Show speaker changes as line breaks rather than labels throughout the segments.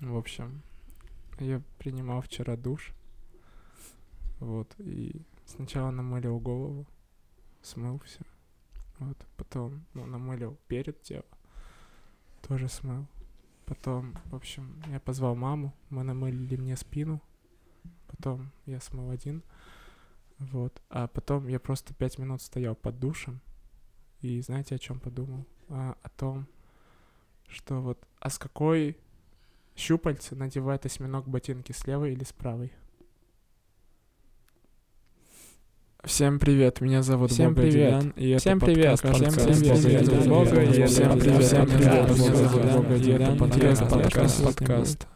В общем, я принимал вчера душ. Вот, и сначала намылил голову, смыл все. Вот, потом, ну, намылил перед тело, тоже смыл. Потом, в общем, я позвал маму, мы намылили мне спину. Потом я смыл один. Вот, а потом я просто пять минут стоял под душем. И знаете, о чем подумал? А, о том, что вот, а с какой щупальца надевает осьминог ботинки, с левой или с правой?
Всем привет, меня зовут
Всем
Бога
привет.
Делян, и это
Всем привет,
подкаст
всем
подкаст
привет,
Бога
меня зовут
Делян.
Бога, и это
Всем
подкаст
привет, всем привет,
подкаст
меня зовут
Бога
Бога
Делян.
Делян,
Подкаст,
подкаст,
подкаст,
подкаст, подкаст.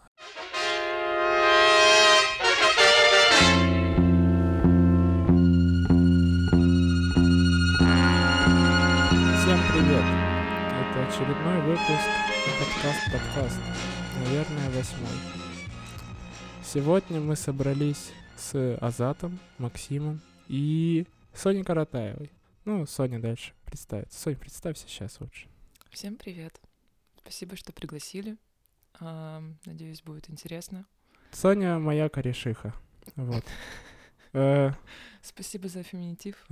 Всем привет! Это очередной выпуск подкаст-подкаст, наверное, восьмой. Сегодня мы собрались с Азатом, Максимом и Соней Каратаевой. Ну, Соня дальше представится. Соня, представься сейчас лучше.
Всем привет. Спасибо, что пригласили. Ам, Надеюсь, будет интересно.
Соня моя корешиха. Вот. Э,
Спасибо за феминитив.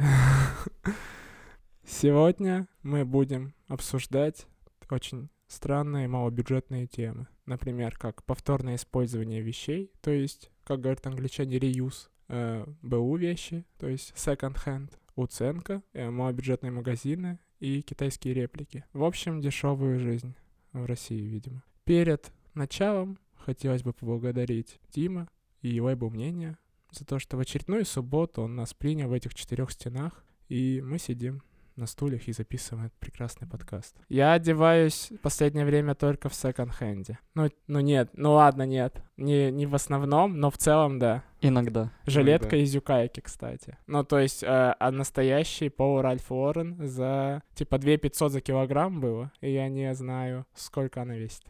Сегодня мы будем обсуждать очень странные малобюджетные темы. Например, как повторное использование вещей, то есть, как говорят англичане, реюз, э, БУ вещи, то есть second-hand, уценка, э, малобюджетные магазины и китайские реплики. В общем, дешевую жизнь в России, видимо. Перед началом хотелось бы поблагодарить Тима и его, его мнение за то, что в очередную субботу он нас принял в этих четырех стенах, и мы сидим на стульях и записываем этот прекрасный подкаст. Я одеваюсь в последнее время только в секонд-хенде. Ну, ну нет, ну ладно, нет. Не, не в основном, но в целом да.
Иногда.
Жилетка из юкайки, кстати. Ну, то есть, э, а настоящий Пол Ральф Уоррен за, типа, 2 500 за килограмм было, и я не знаю, сколько она весит.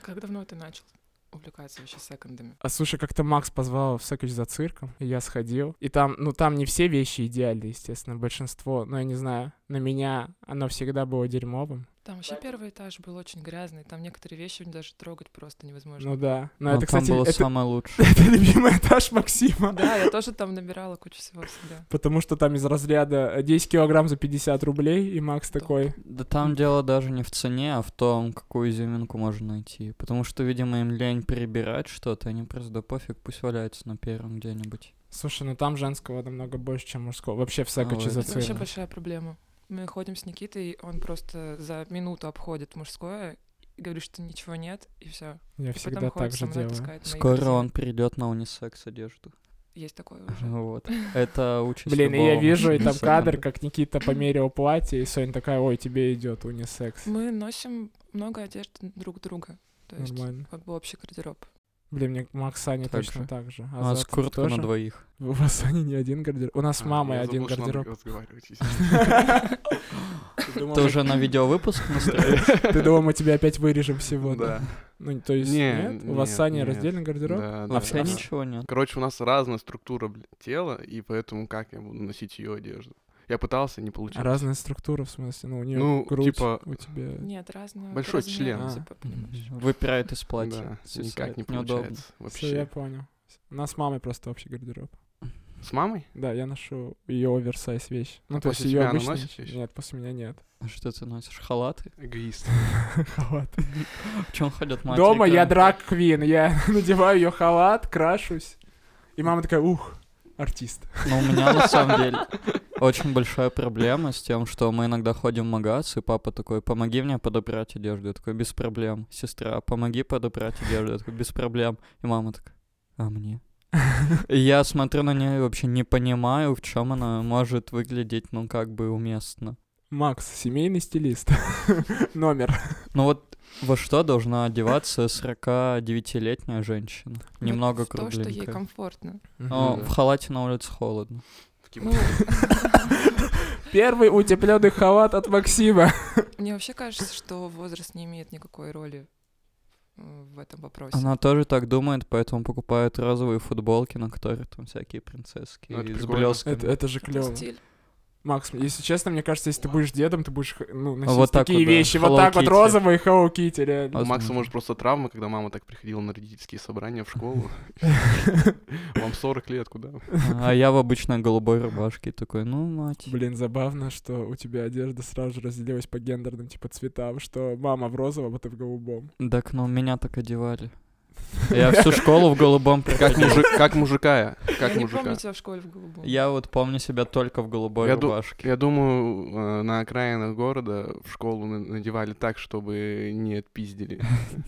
Как давно ты начал увлекаться вообще секондами?
А слушай, как-то Макс позвал в Секоч за цирком, и я сходил. И там, ну там не все вещи идеальны, естественно, большинство, но я не знаю, на меня оно всегда было дерьмовым.
Там вообще первый этаж был очень грязный, там некоторые вещи даже трогать просто невозможно.
Ну да. Но,
Но
это,
там
кстати,
было
это,
самое лучшее.
это любимый этаж Максима.
Ну Да, я тоже там набирала кучу всего всегда.
Потому что там из разряда э, 10 килограмм за 50 рублей, и Макс
Да.
такой...
Да там дело даже не в цене, а в том, какую изюминку можно найти. Потому что, видимо, им лень перебирать что-то, они просто да пофиг, пусть валяются на первом где-нибудь.
Слушай, ну там женского намного больше, чем мужского. Вообще в Секоче
вот.
за
Это вообще
цирком.
большая проблема. Мы ходим с Никитой, он просто за минуту обходит мужское, и говорит, что ничего нет, и все.
Я всегда так же делаю.
Скоро он придет на унисекс одежду.
Есть такое уже.
Вот. Это участь
Блин, и я
любого
вижу, и там
секонда.
кадр, как Никита померил платье, и Соня такая, ой, тебе идет унисекс.
Мы носим много одежды друг друга. То есть
Нормально.
как бы общий гардероб.
Блин, мне Макс Саня
Так
точно
же.
так же.
У
А
нас
Зад
куртка
тоже?
на двоих.
У вас Саня не один гардероб. У нас с
А,
мамой
я
один
забыл, что надо
гардероб.
разговаривать,
Ты думал,
Ты
мы-
уже на видеовыпуск настроил?
Ты думал, мы тебя опять вырежем сегодня?
Да.
Ну, то есть
Не,
нет? У вас
нет,
Саня
нет.
раздельный гардероб?
Да,
А
да,
в тебя
да.
ничего нет.
Короче, у нас разная структура блин, тела, и поэтому как я буду носить ее одежду? Я пытался, не получилось.
Разная структура, в смысле, ну, у нее
Ну,
грудь,
типа-
у тебя...
Нет, разного
Большой
размера,
член.
А.
типа, понимаешь.
Выпирает из платья.
Да, никак не
свисает. Неудобно.
получается
Все, я
вообще.
понял. У нас с мамой просто общий гардероб.
С мамой?
Да, я ношу ее оверсайз вещь. Ну,
А
то есть
после
ее
тебя она
обычно...
носит вещь?
Нет, после меня нет.
А что ты носишь? Халаты?
Эгоист.
Халат.
В чем ходят матери?
Дома я
кроме-
драг-квин, я надеваю ее халат, крашусь. И мама такая, ух, артист.
Но Ну, у меня на самом деле очень большая проблема с тем, что мы иногда ходим в магаз, и папа такой, помоги мне подобрать одежду. Я такой, без проблем. Сестра, помоги подобрать одежду. Я такой, без проблем. И мама такая, а мне? И я смотрю на нее и вообще не понимаю, в чем она может выглядеть, ну, как бы уместно.
Макс, семейный стилист. Номер.
Ну вот во что должна одеваться 49-летняя женщина?
Вот
Немного
Ну, в То, что ей
кругленькая.
комфортно.
Ну
Но в
да.
халате на улице холодно.
В
Ну,
кимоно.
Первый утепленный халат от Максима.
мне вообще кажется, что возраст не имеет никакой роли э, в этом вопросе.
Она тоже так думает, поэтому покупает розовые футболки, на которых там всякие принцесски
Ну, это
и с
прикольно.
блесками.
Это, это же
Это
клево.
стиль.
Макс, если честно, мне кажется, если ты будешь дедом, ты будешь х- ну, носить
вот так
такие
вот, да.
вещи. Вот
Hello
так вот
Kitty. А
розовые Hello Kitty, реально.
У Макса,
Возможно.
может, просто травма, когда мама так приходила на родительские собрания в школу. Вам 40 лет, куда? вы?
А я в обычной голубой рубашке такой, ну, мать.
Блин, забавно, что у тебя одежда сразу же разделилась по гендерным, типа, цветам, что мама в розовом, а ты в голубом.
Так, ну, меня так одевали. Я всю школу в голубом
Как,
проходил.
мужик, как мужика, я, как
Я не
мужика.
помню тебя в школе в голубом.
Я вот помню себя только в голубой
Я ду-
рубашке.
Я думаю, э, на окраинах города в школу на- надевали так, чтобы не отпиздили.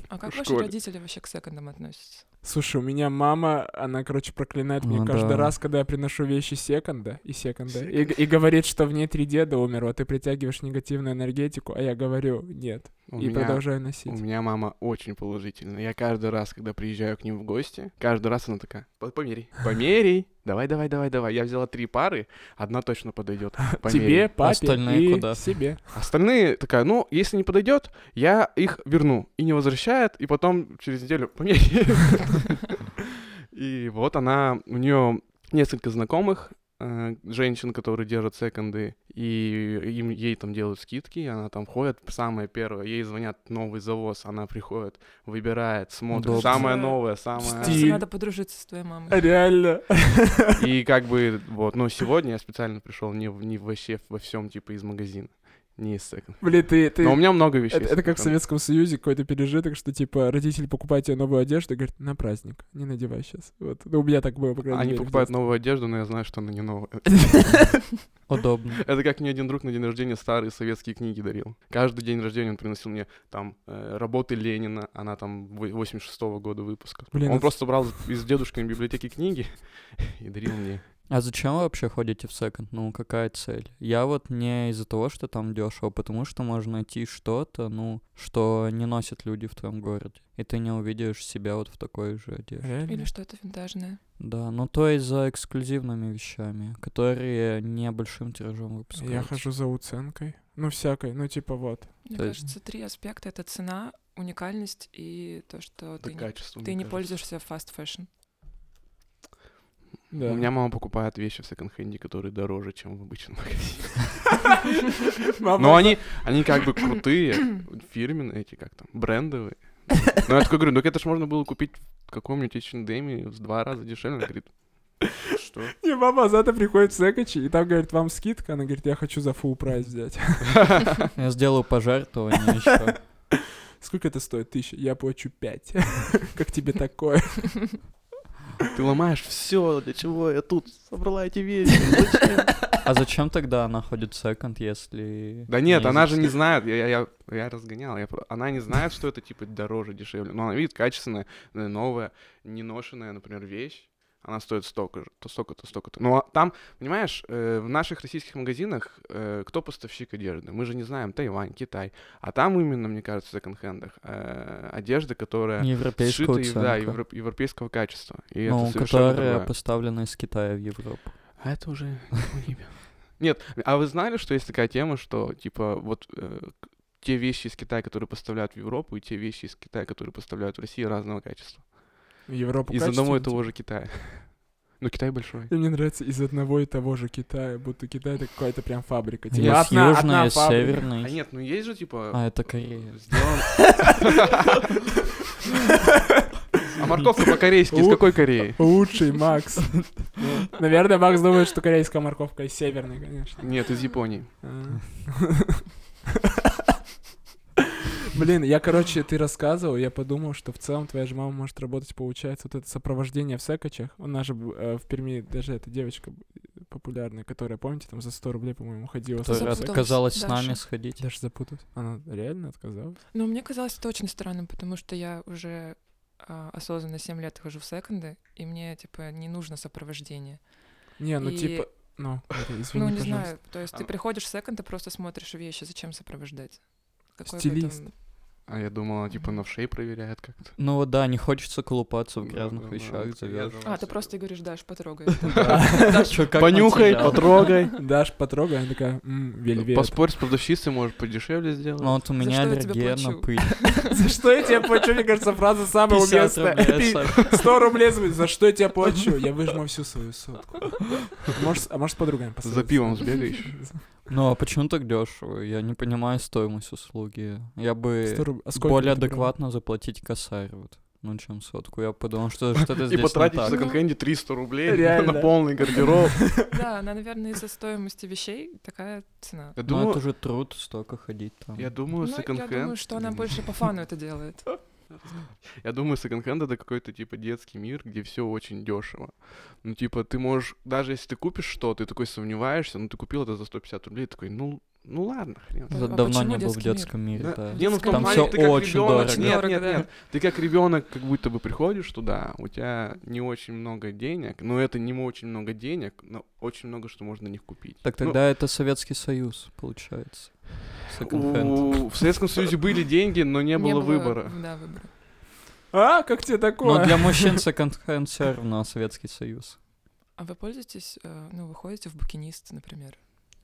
А как
в
ваши
школе.
родители вообще к секондам относятся?
Слушай, у меня мама, она, короче, проклинает меня
Ну
каждый
да.
раз, когда я приношу вещи секонда и секонда, и, г- и говорит, что в ней три деда умерло, а ты притягиваешь негативную энергетику, а я говорю нет,
У
и
меня-
продолжаю
У
носить.
меня мама очень положительная. Я каждый раз, когда приезжаю к ним в гости, каждый раз она такая, «По- померяй, померяй, давай, давай, давай, давай. Я взяла три пары, одна точно подойдет.
Тебе,
померяй».
папе
Остальные
и
куда?
себе.
Остальные такая, ну, если не подойдет, я их верну. И не возвращает, и потом через неделю померяй. И вот она, у нее несколько знакомых, э, женщин, которые держат секонды, и им, ей там делают скидки, и она там ходит, самое первое, ей звонят новый завоз, она приходит, выбирает, смотрит,
Удобно.
самое
Да.
новое,
Мне
самое...
кажется,
Стиль.
надо подружиться с твоей мамой.
Реально.
И как бы, вот, но сегодня я специально пришел не, в- не вообще во всем, типа, из магазина, не из секонда.
Блин, ты... ты...
Но у меня много вещей.
Это, это как в
секонд.
Советском Союзе какой-то пережиток, что типа родители покупают тебе новую одежду и говорят, на праздник, не надевай сейчас. Вот. Ну, у меня так было, по крайней
Они
мере, в
покупают
детстве.
новую одежду, но я знаю, что она не новая.
Удобно.
Это как мне один друг на день рождения старые советские книги дарил. Каждый день рождения он приносил мне там э, работы Ленина, она там во- 86-го года выпуска.
Блин,
он
это-
просто брал из дедушкиной библиотеки книги и дарил мне.
А зачем вы вообще ходите в секонд? Ну, какая цель? Я вот не из-за того, что там дешево, а потому что можно найти что-то, ну, что не носят люди в твоем городе. И ты не увидишь себя вот в такой же одежде.
Реально?
Или что-то винтажное.
Да, ну то есть за эксклюзивными вещами, которые небольшим тиражом выпускаются.
Я хожу за уценкой. Ну, всякой, ну, типа вот.
Мне
То есть-
кажется, три аспекта — это цена, уникальность и то, что
Это
ты, не-
качество.
ты
мне
не
кажется.
пользуешься fast fashion.
Да.
У меня мама покупает вещи в секонд-хенде, которые дороже, чем в обычном магазине.
А
Мама-
Но они, они как бы крутые, фирменные эти, как там, брендовые. Ну, я такой говорю, ну это ж можно было купить в каком-нибудь H&M в два раза дешевле. Она говорит, что?
И мама зато приходит в Секачи, и там говорит, вам скидка? Она говорит, я хочу за full прайс взять.
Я сделаю пожертвование еще.
Сколько это стоит? Тысяча. Я плачу пять. Как тебе такое?
Ты ломаешь все, для чего я тут собрала эти вещи? Зачем?»
А зачем тогда она ходит в секонд, если...
Да нет,
не
она
из-
же не знает, я, я, я- я разгонял, я про- она не знает, что это типа дороже, дешевле, но она видит качественная, э, новая, неношенная, например, вещь, она стоит столько же, то столько, то столько. -то. Но а там, понимаешь, э, в наших российских магазинах э, кто поставщик одежды? Мы же не знаем, Тайвань, Китай, а там именно, мне кажется, в секонд-хендах э, одежда, которая
не
сшита,
европейского
и- да,
оценка.
европ- европейского качества, и
Ну,
это совершенно
которая
другое.
поставлена из Китая в Европу.
А это уже не мое. Нет, а вы знали, что есть такая тема, что типа вот э, к- те вещи из Китая, которые поставляют в Европу, и те вещи из Китая, которые поставляют в Россию, разного качества.
Европа
Из одного и того же Китая. Ну, Китай большой.
И мне нравится из одного и того же Китая, будто Китай это какая-то прям фабрика. Типа,
Есть
одна-
южная,
одна
есть
фабрика.
северная.
А нет, ну есть же типа
А, это Корея.
сделан... А морковка по-корейски из
У.
какой Кореи?
Лучший Макс. Ну, Наверное, Макс думает, что корейская морковка из северной, конечно.
Нет, из Японии.
А. Блин, я, короче, ты рассказывал, я подумал, что в целом твоя же мама может работать, получается, вот это сопровождение в секачах. У нас же б- э, в Перми даже эта девочка б- популярная, которая, помните, там за 100 рублей, по-моему, ходила. со
Которая
своим
запуталась.
секачем.
отказалась с
Дальше.
нами сходить.
Я же запуталась. Она реально отказалась?
Но мне казалось это очень странным, потому что я уже а, осознанно 7 лет хожу в секонды, и мне, типа, не нужно сопровождение.
Не, ну
И-
типа... Ну, это, извини,
ну, не
пожалуйста.
знаю, то есть ты
Она-
приходишь в секонд, ты просто смотришь вещи, зачем сопровождать? Какой в
Стилист.
этом
А я думала, типа, на вшей проверяет как-то.
Ну вот да, не хочется колупаться в
Да,
грязных
да, ну, да,
вещах, завязывать.
А, ты просто говоришь, Даш, потрогай. это».
Чё, как
Понюхай,
материал?
потрогай.
Дашь потрогай, она такая, «М, вельвет.
Поспорь с продавщицей, может, подешевле сделать.
Ну вот у меня
что я тебе
аллергия на
плачу?
пыль.
За что я тебе плачу? Мне кажется, фраза самая
50
уместная.
рублей, Саш.
100 рублей звучит. За что я тебя плачу? Я выжму всю свою сотку. Может, с- а может с подругами
За
поссориться.
пивом сбегаешь.
Ну а почему так дешево? Я не понимаю стоимость услуги. Я
100
бы
руб- а сколько
более
ты брал?
адекватно заплатить косарь вот, ну чем сотку. Я подумал, что что-то
И
здесь не
потратить в
так.
секонд-хенде 300 рублей
Реально.
на полный гардероб.
Да, она, наверное, из-за стоимости вещей такая цена.
Я
Ну это
думаю,
же труд столько ходить там.
я
Ну,
думаю,
я думаю,
секонд-хенд...
что она больше по фану это делает.
Я думаю, секонд-хенд это какой-то типа детский мир, где все очень дешево. Ну, типа, ты можешь, даже если ты купишь что, ты такой сомневаешься, ну ты купил это за 150 рублей, такой, ну, ну ладно, хрен. с ним.
За-
А
Давно
почему
не был в
детский
детском мире,
Да,
да.
Не, ну в том
Там
плане,
всё
ты как
очень
ребёнок-
дорого.
Нет,
Дорого,
нет,
да.
нет. Ты как ребенок, как будто бы приходишь туда, у тебя не очень много денег, но это не очень много денег, но очень много, что можно на них купить.
Так
Ну,
тогда это Советский Союз, получается. Секонд-хенд.
у- в Советском Союзе были деньги, но не было выбора.
Да, выбора.
А, как тебе
Но
Ну,
такое?
для мужчин секонд-хенд все равно Советский Союз.
А вы пользуетесь, э, ну, вы ходите в букинист, например.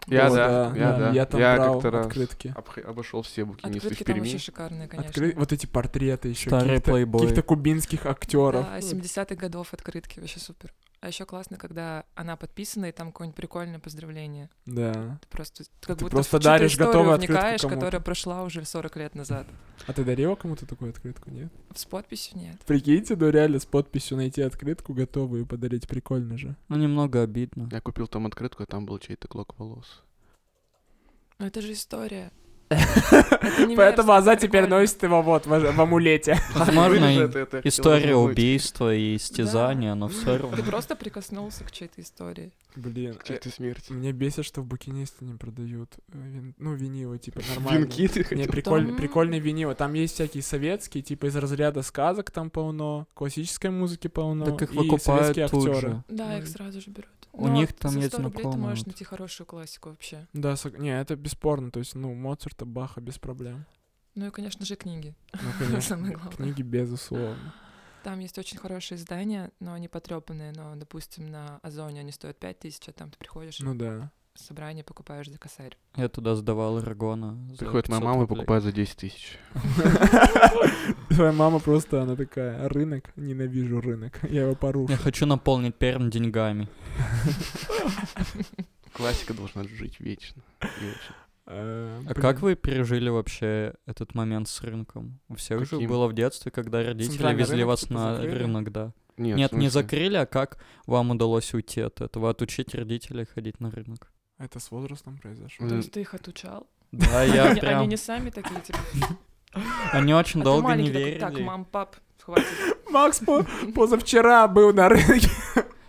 Я
О,
да, я да.
Я там
Я
брал
как-то раз
открытки.
Обх- обошел все букинисты
Открытки
в
там
Перми.
вообще шикарные, конечно.
Откры- Вот эти портреты еще
Старые
каких-то,
плейбои.
каких-то кубинских актеров.
Да, 70-х годов открытки, вообще супер. А еще классно, когда она подписана, и там какое-нибудь прикольное поздравление.
Да.
Ты просто как
А Ты
будто
просто
в чью-то
даришь
историю
готовую открытку
вникаешь,
кому-то.
которая прошла уже 40 лет назад.
А ты дарила кому-то такую открытку, нет?
С подписью нет.
Прикиньте, ну реально с подписью найти открытку готовую и подарить, прикольно же.
Ну, немного обидно.
Я купил там открытку, а там был чей-то клок волос.
Но это же история. Это не
Поэтому
мерзко,
Аза
это
теперь
прикольно.
носит его вот в в амулете.
Возможно,
Вырежи
и-
это, это я хотел
история
упомянуть.
убийства и истязания, но все
Ты
равно.
просто прикоснулся к чьей-то истории.
Блин,
Чьей ты смерти.
Мне бесит, что в букинисте не продают э, вин- ну, винилы, типа, нормальные.
Венки ты
Не,
хотел?
приколь...
Там-
прикольные винилы. Там есть всякие советские, типа, из разряда сказок там полно, классической музыки полно,
Так их
Ну и
выкупают
советские
тут
актеры.
же.
Да, их
М.
сразу же берут.
У
Но
них там
Ну за
есть
100 рублей ты
знакомые
можешь
вот.
найти хорошую классику вообще.
Да, сог- не, это бесспорно, то есть, ну, Моцарта, Баха без проблем.
Ну и, конечно же, книги.
Ну, конечно,
Самое главное.
книги безусловно.
Там есть очень хорошие издания, но они потрепанные, но, допустим, на Озоне они стоят 5000, а там ты приходишь и
Ну да.
в собрание покупаешь за косарь.
Я туда сдавал Эргона. за
Приходит моя
500
мама и
рублей.
покупает за 10 тысяч.
Твоя мама просто, она такая, рынок, ненавижу рынок, я его
Я
порушу.
хочу наполнить Пермь деньгами.
Классика должна жить вечно. И очень.
Э,
А
блин.
как вы пережили вообще этот момент с рынком? У всех же
Каким?
было в детстве, когда родители
Центральный
везли
рынок,
вас
типа,
на
закрыли?
рынок, да.
Нет,
Нет,
в
не
смысле?
закрыли, а как вам удалось уйти от этого, отучить родителей ходить на рынок?
Это с возрастом произошло.
Да.
То есть ты их отучал?
Да,
А
я
Они- Они
прям...
не сами такие, типа,
Они очень
а ты
долго не
маленький такой, Так,
верили.
мам, пап, хватит.
Макс по- позавчера был на рынке.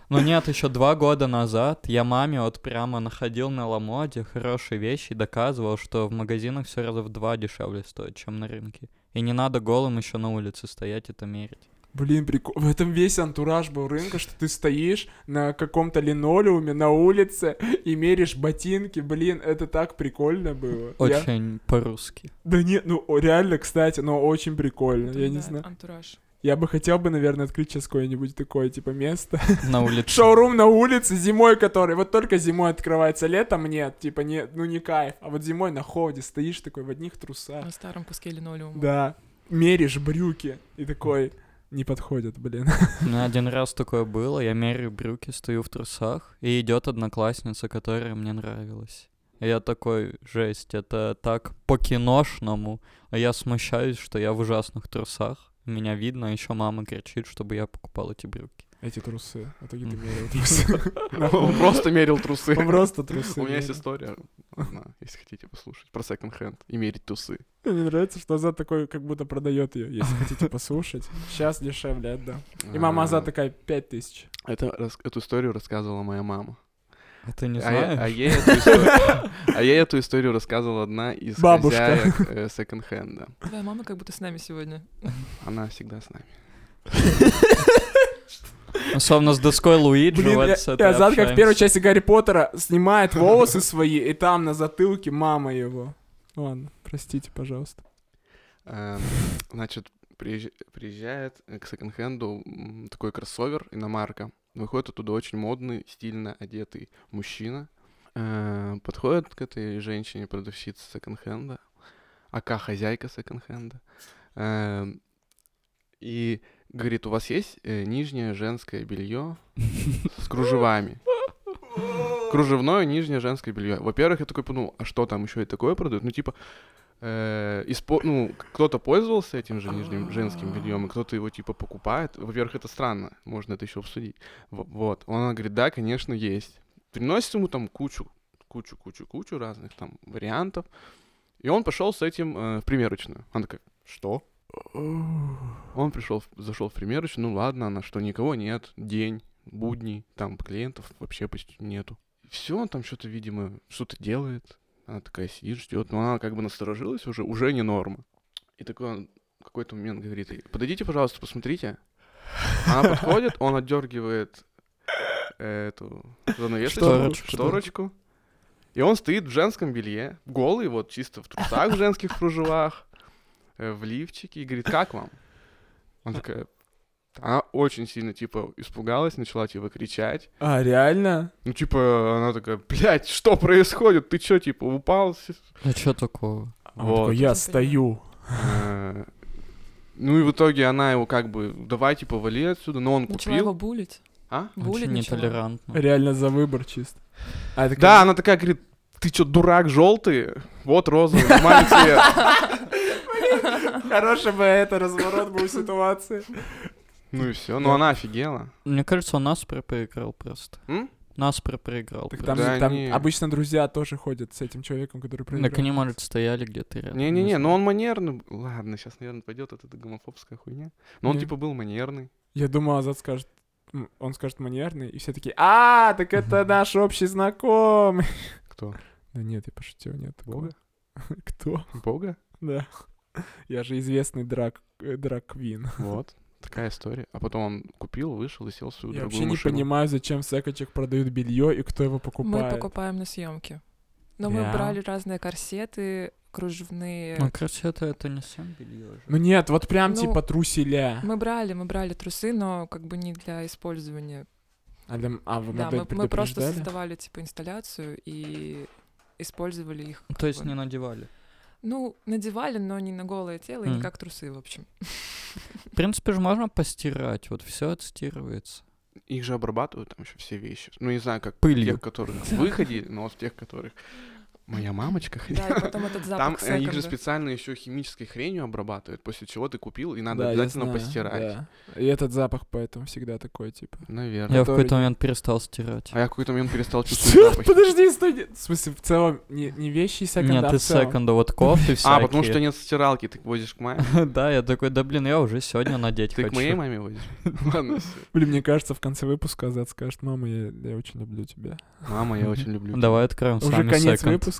Но нет, еще два года назад я маме вот прямо находил на Ламоде хорошие вещи и доказывал, что в магазинах все раза в два дешевле стоит, чем на рынке. И не надо голым еще на улице стоять это мерить.
Блин, прикол. В этом весь антураж был рынка, что ты стоишь на каком-то линолеуме на улице и меришь ботинки. Блин, это так прикольно было. Я-
Очень по-русски.
Да нет, ну о, реально, кстати, но очень прикольно.
Это,
Ну, Я
да,
не знаю.
Антураж.
Я бы хотел бы, наверное, открыть сейчас какое-нибудь такое, типа, место.
На улице.
Шоурум на улице зимой, который вот только зимой открывается, летом нет, типа, не, ну не кайф. А вот зимой на холоде стоишь такой в одних трусах.
На старом куске линолеума.
Да, меришь брюки и такой не подходит, блин.
У меня один раз такое было, я меряю брюки, стою в трусах, и идет одноклассница, которая мне нравилась. И я такой, жесть, это так по-киношному. А я смущаюсь, что я в ужасных трусах. Меня видно, еще мама кричит, чтобы я покупал эти брюки.
Эти трусы. В итоге ты мерил трусы.
Он просто мерил трусы.
Он просто трусы.
У меня есть
мерил.
история, одна, если хотите послушать, про секонд-хенд и мерить тусы.
Мне нравится, что Азат такой как будто продает ее, если хотите послушать. Сейчас дешевле отдам. И мама Азат
А,
такая, пять тысяч.
Это, рас- эту историю рассказывала моя мама.
А ты не
А я-
знаешь?
а ей эту историю- а ей эту историю рассказывала одна из
Бабушка.
хозяек э, секонд-хенда.
Твоя мама как будто с нами сегодня.
Она всегда с нами.
Словно с доской Луиджи
Блин,
вот
я-
с этой
я Азат, как в первой
общаемся.
части Гарри Поттера, снимает волосы свои, и там на затылке мама его. Ладно, простите, пожалуйста.
Эм, Значит, приезж- приезжает э, к секонд-хенду м, такой кроссовер, иномарка. Выходит оттуда очень модный, стильно одетый мужчина. Э, Подходит к этой женщине, продавщице секонд-хенда, ака хозяйка секонд-хенда. Эм, И говорит, у вас есть э, нижнее женское белье с кружевами? Кружевное нижнее женское белье. Во-первых, я такой подумал, а что там еще и такое продают? Ну, типа, э, испо- ну, к- кто-то пользовался этим же нижним женским бельем, и кто-то его типа покупает. Во-первых, это странно, можно это еще обсудить. В- Вот. Он говорит, да, конечно, есть. Приносит ему там кучу, кучу, кучу, кучу разных там вариантов. И он пошел с этим э, в примерочную. Она такая, что? Он пришел, в- зашел в примерочную, ну ладно, она что, никого нет, день, будни, там клиентов вообще почти нету. Все, он там что-то, видимо, что-то делает. Она такая сидит, ждет, но она как бы насторожилась уже, уже не норма. И такой он в какой-то момент говорит, ей, подойдите, пожалуйста, посмотрите. Она подходит, он отдергивает эту занавесочку,
Шторочку.
шторочку. И он стоит в женском белье, голый, вот чисто в трусах, в женских кружевах, э, в лифчике, и говорит, как вам? Он такая... Она очень сильно, типа, испугалась, начала, типа, кричать.
А, реально?
Ну, типа, она такая, блядь, что происходит? Ты чё, типа, упал?
А чё такого?
А он
Вот.
такой, я
Очень
стою.
Э, Ну, и в итоге она его как бы, давай, типа, вали отсюда. Но он
Начала его
купил.
булить.
А?
Булить
Очень
начала.
нетолерантно.
Ну. Реально за выбор чисто. А, это как-
Да, она такая говорит, ты чё, дурак, желтый? Вот розовый, нормальный цвет.
ну, Хороший бы это разворот был ситуации.
Ну и все. Ну, она офигела.
Мне кажется, он Наспер проиграл просто.
М?
Наспер проиграл.
Так
просто.
там,
Да
там
не.
обычно друзья тоже ходят с этим человеком, который проиграл.
Так они, может, стояли где-то рядом.
Не-не-не,
знаю.
ну он манерный. был. Ладно, сейчас, наверное, пойдет эта гомофобская хуйня. Но он,
Не.
типа, был манерный.
Я думал, Азат скажет, м, он скажет манерный, и все такие, а, так это наш общий знакомый.
Кто?
Да нет, я пошутил, нет такого.
Бога?
Кто?
Бога?
Да. Я же известный драк, э, драк-квин.
Вот. Такая история. А потом он купил, вышел и сел в свою
Я
другую
вообще не
машину.
понимаю, зачем секочек продают белье и кто его
Мы
покупает.
покупаем на съемки. Но мы
Да.
брали разные корсеты, кружевные.
Ну, корсеты это не сам белье же.
Ну нет, вот прям
Ну,
типа труселя.
А.
Мы брали, мы брали трусы, но как бы не для использования.
А, для- а вы
да,
модель
мы, мы просто
предупреждали?
создавали типа инсталляцию и использовали их. как
Ну, То есть
бы.
не надевали.
Ну, надевали, но не на голое тело и не
Мгм.
как трусы, в общем.
В принципе же можно постирать, вот все отстирывается.
Их же обрабатывают там еще все вещи. Ну, не знаю, как
Пылью.
тех, которых выходили, но вот тех, которых моя мамочка
Да,
ходила.
и потом этот запах
Там э, их же
секонда.
специально еще химической хренью обрабатывают, после чего ты купил, и надо
Да, я
обязательно
знаю,
постирать.
да. И этот запах поэтому всегда такой, типа.
Наверное.
Я в
Который-
какой-то момент перестал стирать.
А я в какой-то момент перестал
Что?
чувствовать запахи. А,
Подожди, стой. не- В смысле, в целом, не, не вещи и секонда,
Нет,
а
ты
в целом.
секонда, вот кофе
А, потому что
всякие.
нет стиралки, ты возишь к маме.
Да, я такой, да блин, я уже сегодня надеть
Ты к моей
хочу.
маме возишь? Ладно, всё.
Блин, мне кажется, в конце выпуска Азат скажет, мама, я, я очень люблю тебя.
Мама, я очень люблю. тебя.
Давай откроем
Уже
сами
конец
секонд.
выпуска.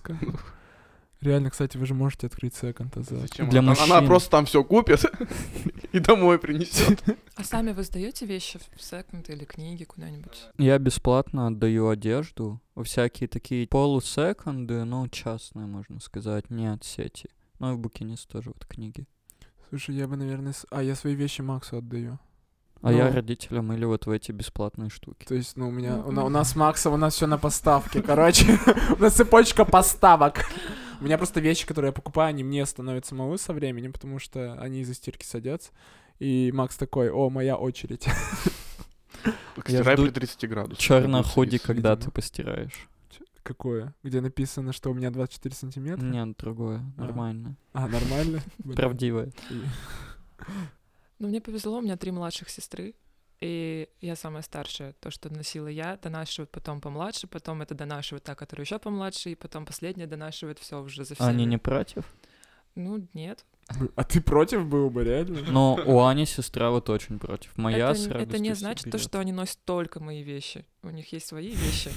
Реально, кстати, вы же можете открыть секонд Азат.
Зачем?
Для
она, она
мужчин.
просто там все купит и домой принесет.
А сами вы сдаете вещи в секонд или книги куда-нибудь?
Я бесплатно отдаю одежду. во Всякие такие полусеконды, ну, частные, можно сказать, не от сети. Ну, и в Букинис тоже вот книги.
Слушай, я бы, наверное... с- А, я свои вещи Максу отдаю.
А я
Ну.
родителям или вот в эти бесплатные штуки.
То есть, ну, у меня... У,
Мгм.
на- у нас с Максом, у нас все на поставке, короче. У нас цепочка поставок. У меня просто вещи, которые я покупаю, они мне становятся малы со временем, потому что они из-за стирки садятся. И Макс такой, о, моя очередь.
Стирай
жду
при 30 градусах.
Черное
Будет
худи,
садиться.
когда
видимо.
ты постираешь.
Какое? Где написано, что у меня 24 сантиметра?
Нет, другое,
А.
нормально.
А, нормально? Блин.
Правдивое.
И-
Ну, мне повезло, у меня три младших сестры, и я самая старшая. То, что носила я, донашивают потом помладше, потом это донашивает та, которая еще помладше, и потом последняя донашивает все уже за
А
всеми.
Они не против?
Ну, нет.
А ты против был бы, реально?
Но у Ани сестра вот очень против. Моя
это,
с
н- это
радостью
не
всё
значит то,
берёт.
что они носят только мои вещи. У них есть свои вещи.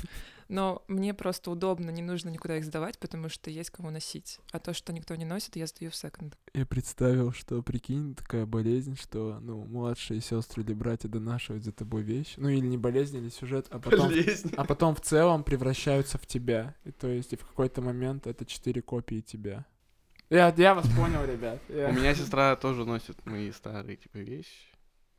Но мне просто удобно, не нужно никуда их сдавать, потому что есть кому носить. А то, что никто не носит, я сдаю в секонд.
Я представил, что, прикинь, такая болезнь, что, ну, младшие сестры или братья донашивают за тобой вещи. Ну, или не болезнь, или сюжет, а потом,
Болезнь.
а потом в целом превращаются в тебя. И, то есть, и в какой-то момент это четыре копии тебя. Я, я вас понял, ребят. Я-
У меня сестра тоже носит мои старые типа вещи,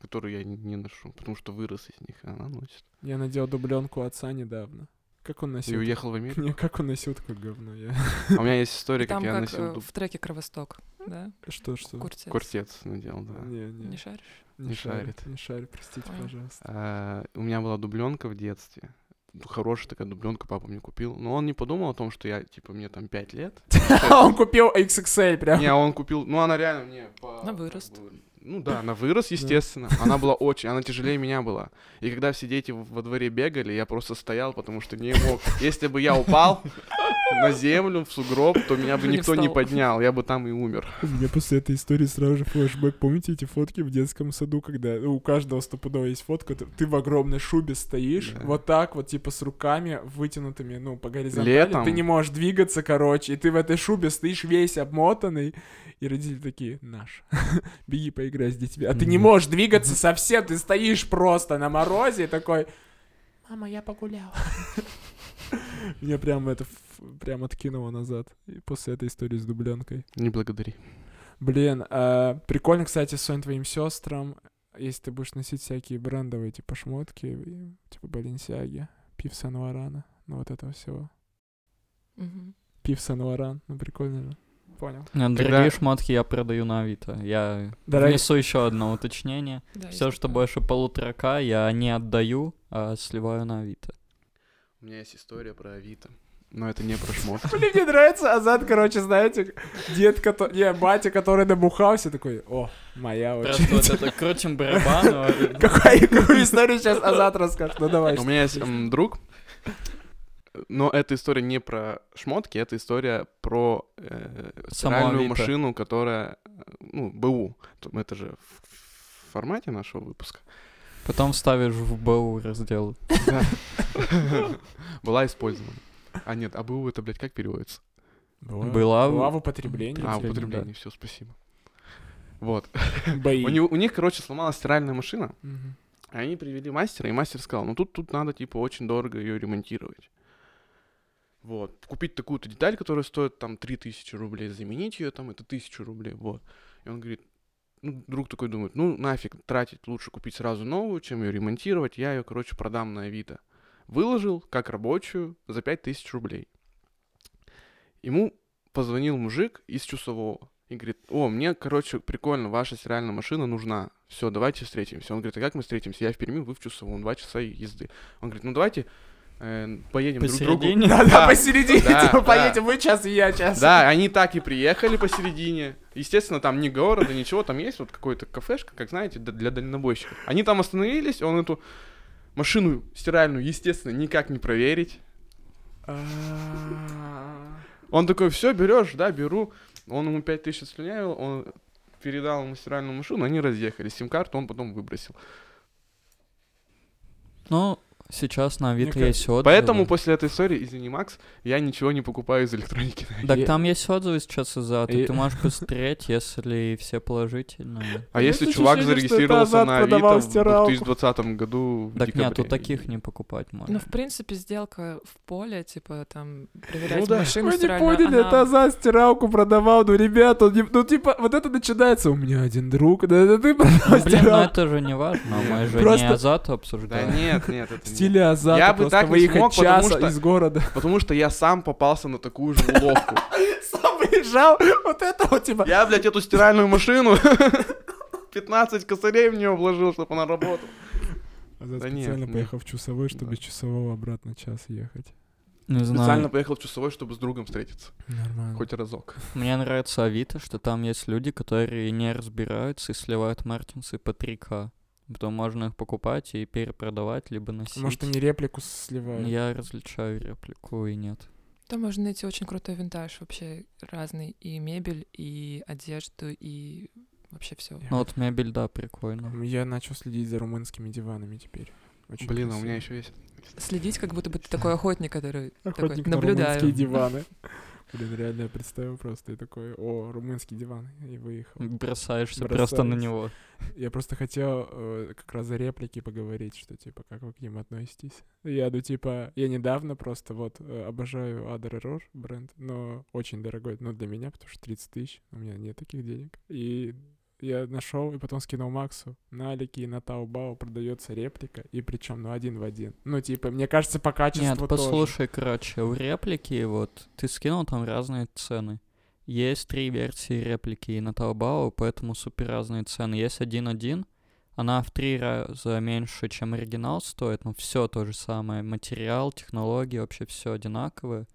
которые я не ношу, потому что вырос из них, а она носит.
Я надел дубленку отца недавно. Как он
И
носил?
уехал в Америку.
Не, как он носил такое говно? Я...
А у меня есть история, как
Там
я
как
носил
э,
дуб-
в треке Кровосток, да?
Что, что?
Куртец.
куртец надел, да.
Не,
Не
не,
шаришь?
не
не
шарит.
шарит.
Не шарит, простите,
Понял.
пожалуйста.
А, У меня была дубленка в детстве. Ну, Хорошая такая дубленка папа мне купил. Но он не подумал о том, что я, типа, мне там 5 лет.
Он купил XXL прям.
Не, а он купил... Ну, она реально мне по...
На вырост.
как бы, Ну да, она вырос, естественно. Она была очень... Она тяжелее меня была. И когда все дети в- во дворе бегали, я просто стоял, потому что не мог. Если бы я упал на землю, в сугроб, то меня бы
Уже не
никто не
встал.
поднял. Я бы там и умер.
У меня после этой истории сразу же флешбэк. Помните эти фотки в детском саду, когда у каждого стопудово есть фотка, ты, ты в огромной шубе стоишь,
Да.
вот так вот, типа с руками вытянутыми, ну, по горизонтали,
Летом.
ты не можешь двигаться, короче, и ты в этой шубе стоишь весь обмотанный, и родители такие, наш, беги поиграй с детьми, а ты не
Мгм.
можешь двигаться совсем, ты стоишь просто на морозе и такой, мама, я погулял. Меня прям это, ф- прям откинуло назад и после этой истории с дубленкой.
Не благодари.
Блин, а, прикольно, кстати, с твоим сестрам, если ты будешь носить всякие брендовые, типа, шмотки, и, типа, Balenciaga, Пив Сан-Лорана, ну, вот этого всего.
Мгм.
Пив Сан-Лоран, ну, прикольно же. Понял.
Э, Дорогие
Когда-
шмотки я продаю на Авито. Я
Дорог-
внесу еще одно уточнение.
Да, есть
Все, что
такое.
больше полутора к, я не отдаю, а сливаю на Авито.
У меня есть история про Авито. Но это не про шмотки.
Блин, мне нравится Азат, короче, знаете, дед, который... Не, батя, который набухался, такой, о, моя
Просто вот
очередь.
это а крутим
а
барабан.
Какая- Какую историю сейчас Азат расскажет? Ну,
А
давай.
У меня есть м, друг, но эта история не про шмотки, это история про э,
Само
стиральную
Авито.
машину, которая, э, ну, БУ. Т- Это же в в формате нашего выпуска.
Потом ставишь в БУ раздел.
Была использована. А нет, а БУ это, блядь, как переводится? Ну,
Была
Была в
в-
употреблении.
А,
Употребление, да.
употребление, все, спасибо. Вот.
Бои.
У него- у них, короче, сломалась стиральная машина.
Мгм.
А Они привели мастера, и мастер сказал, ну тут, тут надо, типа, очень дорого ее ремонтировать. Вот. Купить такую-то деталь, которая стоит там 3000 рублей, заменить ее там, это 1000 рублей, вот. И он говорит, ну, друг такой думает, ну, нафиг тратить, лучше купить сразу новую, чем ее ремонтировать, я ее, короче, продам на Авито. Выложил, как рабочую, за 5000 рублей. Ему позвонил мужик из часового и говорит, о, мне, короче, прикольно, ваша стиральная машина нужна. Все, давайте встретимся. Он говорит, а как мы встретимся? Я в Перми, вы в Чусовом, два часа езды. Он говорит, ну давайте э, поедем друг к другу.
Посередине.
Да-да,
Да.
посередине,
Да,
типа,
да.
поедем вы час, и я час.
Да, они так и приехали посередине. Естественно, там ни города, ничего, там есть вот какой-то кафешка, как знаете, д- для дальнобойщиков. Они там остановились, он эту машину стиральную, естественно, никак не проверить. А. Он такой, все, берешь, да, беру. Он ему 5000 слюнявил, он передал ему стиральную машину, они разъехались. Сим-карту он потом выбросил.
Ну, сейчас на Авито
Мне
есть отзывы.
Поэтому после этой истории, извини, Макс, я ничего не покупаю из электроники.
Так
Е-
там есть отзывы сейчас из Ато.
Е-
Ты можешь посмотреть, если все положительные.
А
Есть
если
ощущение,
чувак
что
зарегистрировался
это
на
Азат продавал
Авито в
стиралку.
2020 году в
Так нет,
декабре?
у таких не покупать
Ну,
можно.
в принципе, сделка в поле, типа, там, проверять
Ну да.
машину
Вы не
стиральную,
поняли,
она-
это за стиралку продавал, ну, ребят, он не- ну, типа, вот это начинается, у меня один друг, да это ты продал
Ну, Блин, ну
стиралку.
это же не важно, мы же не
Просто-
Азат
Да
обсуждаем.
нет, нет, это
В
не-
стиле Азата
Я бы
просто
так не
выехать
смог, потому
час
что-
из города.
Потому что я сам попался на такую же уловку.
Сам выезжал, вот это вот, типа,
Я, блядь, эту стиральную машину 15 косарей в нее вложил, чтобы она работала.
А Азат
Да нет,
специально
нет.
поехал в часовой, чтобы
Да.
с часового обратно час ехать.
Не
Специально
знаю,
поехал в часовой, чтобы с другом встретиться.
Нормально.
Хоть разок.
мне нравится Авито, что там есть люди, которые не разбираются и сливают мартинсы по 3К. Потом можно их покупать и перепродавать, либо носить.
Может, они реплику сливают?
Ну, Я различаю реплику и нет.
Там можно найти очень крутой винтаж вообще разный. И мебель, и одежду, и вообще все.
Я
Ну вот мебель, да, прикольно.
Я начал следить за румынскими диванами теперь. Очень
Блин, а у
красиво.
меня еще есть.
Следить, как будто бы ты такой охотник, который
Охотник
такой,
на
наблюдаю.
румынские диваны. Блин, реально я представил просто. И такой, о, румынский диван. И выехал.
Бросаешься просто на
Бросаюсь.
него.
Я просто хотел э, как раз за реплики поговорить, что типа, как вы к ним относитесь. Я, ну типа, я недавно просто вот э, обожаю Адер Рор бренд, но очень дорогой, но для меня, потому что 30 тысяч, у меня нет таких денег. И я нашел и потом скинул Максу. На Алике и на Таобао продается реплика, и причем, ну, один в один. Ну, типа, мне кажется, по качеству
Нет,
тоже.
послушай, короче, у реплики вот ты скинул там разные цены. Есть три версии реплики на Таобао, поэтому супер разные цены. Есть 1.1, она в три раза меньше, чем оригинал стоит, но все то же самое. Материал, технологии, вообще все одинаковое.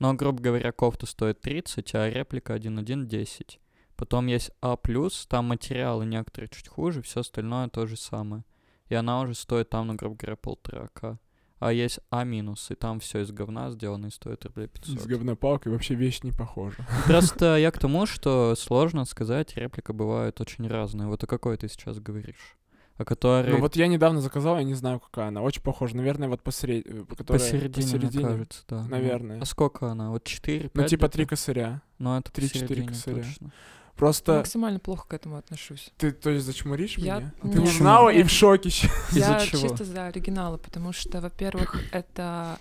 Но, грубо говоря, кофта стоит 30, а реплика 1.1 10. Потом есть А+, там материалы некоторые чуть хуже, все остальное то же самое. И она уже стоит там, ну, грубо говоря, полтора к. А есть А-, и там все из говна сделано и стоит рублей 500.
С говнопалкой вообще вещь не похожа.
Просто я к тому, что сложно сказать, реплика бывает очень разные. Вот о какой ты сейчас говоришь? О которой
Ну, вот я недавно заказал, я не знаю, какая она. Очень похожа. Наверное, вот посред- э, которая
посередине, мне кажется, да. Ну,
наверное.
А сколько она? Вот 4, 5?
Ну, типа три косаря.
Ну, это
три-четыре
посередине
косаря.
точно.
Просто
Максимально плохо к этому отношусь.
ты, то есть, зачмуришь
Я-
меня?
Ну,
Ты
почему?
узнала и в шоке щас.
Из-за
Я
чего?
чисто за оригиналы, потому что, во-первых, это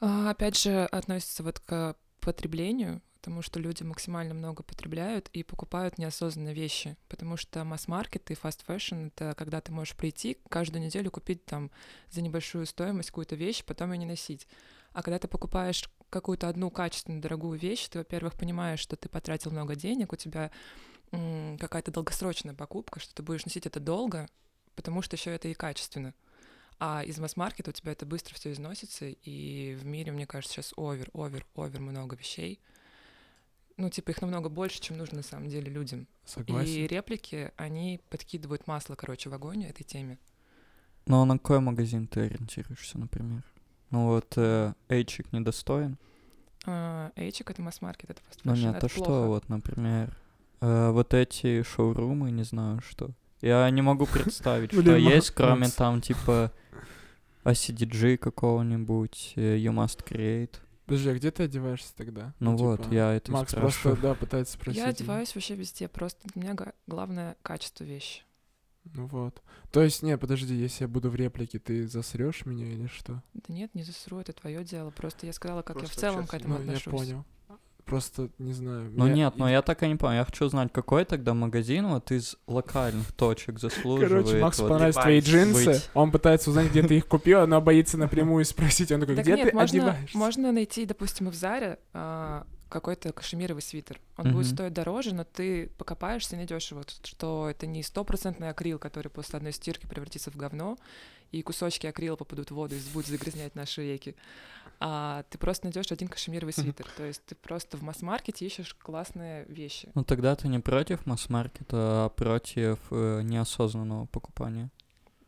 а, опять же относится вот к потреблению, потому что люди максимально много потребляют и покупают неосознанно вещи, потому что масс-маркет и фаст-фэшн — это когда ты можешь прийти каждую неделю купить там за небольшую стоимость какую-то вещь, потом ее не носить. А когда ты покупаешь какую-то одну качественную дорогую вещь, ты, во-первых, понимаешь, что ты потратил много денег, у тебя м, какая-то долгосрочная покупка, что ты будешь носить это долго, потому что еще это и качественно. А из масс-маркета у тебя это быстро все износится, и в мире, мне кажется, сейчас овер, овер, овер много вещей. Ну, типа, их намного больше, чем нужно на самом деле людям. И
Согласен.
реплики, они подкидывают масло, короче, в огонь этой теме.
Ну, а на какой магазин ты ориентируешься, например? Ну, вот э, Эйчик недостоин.
А, Эйчик — это масс-маркет, это просто
Ну нет, а что вот, например, э, вот эти шоурумы, не знаю что. Я не могу представить, что
Блин,
есть, кроме
Макс.
там типа OCDG какого-нибудь, э, You Must Create.
Подожди, а где ты одеваешься тогда?
Ну вот,
типа,
я это и
Макс просто,
спрашиваю.
да, пытается спросить.
Я
меня.
одеваюсь вообще везде, просто для меня га- главное — качество вещи.
Ну вот. То есть, не, подожди, если я буду в реплике, ты засрешь меня или что?
Да нет, не засру, это твое дело. Просто я сказала, как я в
Просто
целом
общаться
к
не
этому
ну,
отношусь.
я понял. Просто не знаю.
Ну
меня-
нет, но я так и не понял. Я хочу знать, какой тогда магазин вот из локальных точек заслуживает.
Короче, Максу
вот-
понравились твои
Levi's.
джинсы.
Быть.
Он пытается узнать, где ты их купил, но боится напрямую спросить. Он такой,
Так
где
нет,
ты
можно,
одеваешься?
можно найти, допустим, и в Заре а, какой-то кашемировый свитер. Он будет
Мгм.
стоить дороже, но ты покопаешься и найдешь его, что это не стопроцентный акрил, который после одной стирки превратится в говно, и кусочки акрила попадут в воду и будут загрязнять наши реки. А ты просто найдешь один кашемировый свитер. То есть ты просто в масс-маркете ищешь классные вещи.
Ну тогда ты не против масс-маркета, а против э, неосознанного покупания.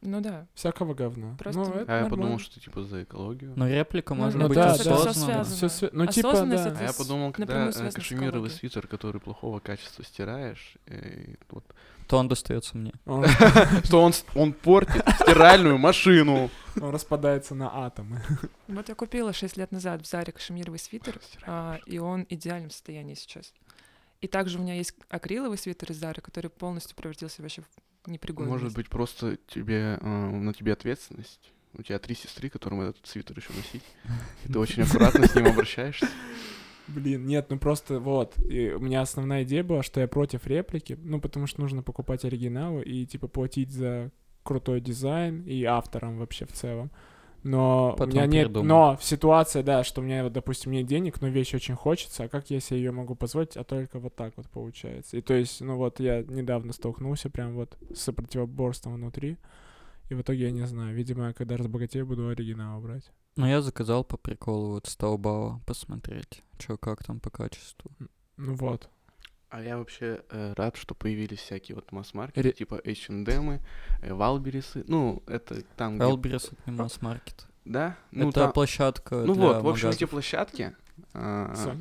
Ну да.
Всякого говна.
Просто-
Ну, это
А я подумал,
нормально.
что типа за экологию.
Но реплика
Ну,
может
ну
быть
да, да.
осознанной.
связано.
Всё свя- Ну, типа,
Осознанность
да.
это
А я
с-
подумал, когда
напрямую
э,
связано с
кашемировый
экологией.
свитер, который плохого качества стираешь, э, и вот,
То он достается мне.
Он
что он, с- он портит стиральную машину.
он распадается на атомы.
Вот я купила 6 лет назад в Заре кашемировый свитер, а, и он в идеальном состоянии сейчас. И также у меня есть акриловый свитер из Зары, который полностью превратился вообще в непригодность.
Может быть, просто тебе, э, на тебе ответственность. У тебя три сестры, которым этот свитер еще носить. И ты очень аккуратно с ним обращаешься.
Блин, нет, ну просто вот. И у меня основная идея была, что я против реплики, ну потому что нужно покупать оригиналы и типа платить за крутой дизайн и авторам вообще в целом. Но
Потом
у меня нет,
передумал.
но в ситуации, да, что у меня, вот, допустим, нет денег, но вещь очень хочется, а как я себе ее могу позволить, а только вот так вот получается. И то есть, ну вот я недавно столкнулся прям вот с противоборством внутри, и в итоге я не знаю, видимо, я когда разбогатею, буду оригинал брать.
Ну, я заказал по приколу вот с Таобао посмотреть, что как там по качеству.
Ну вот.
А я вообще э, рад, что появились всякие вот масс-маркеты,
Ре-
типа H&M, э, Валберисы. Ну, это там, где...
Элберис это не масс-маркет.
А, Да? Ну,
это
там-
площадка
Ну
для
вот, в общем,
магазов.
эти площадки... а,
Соня,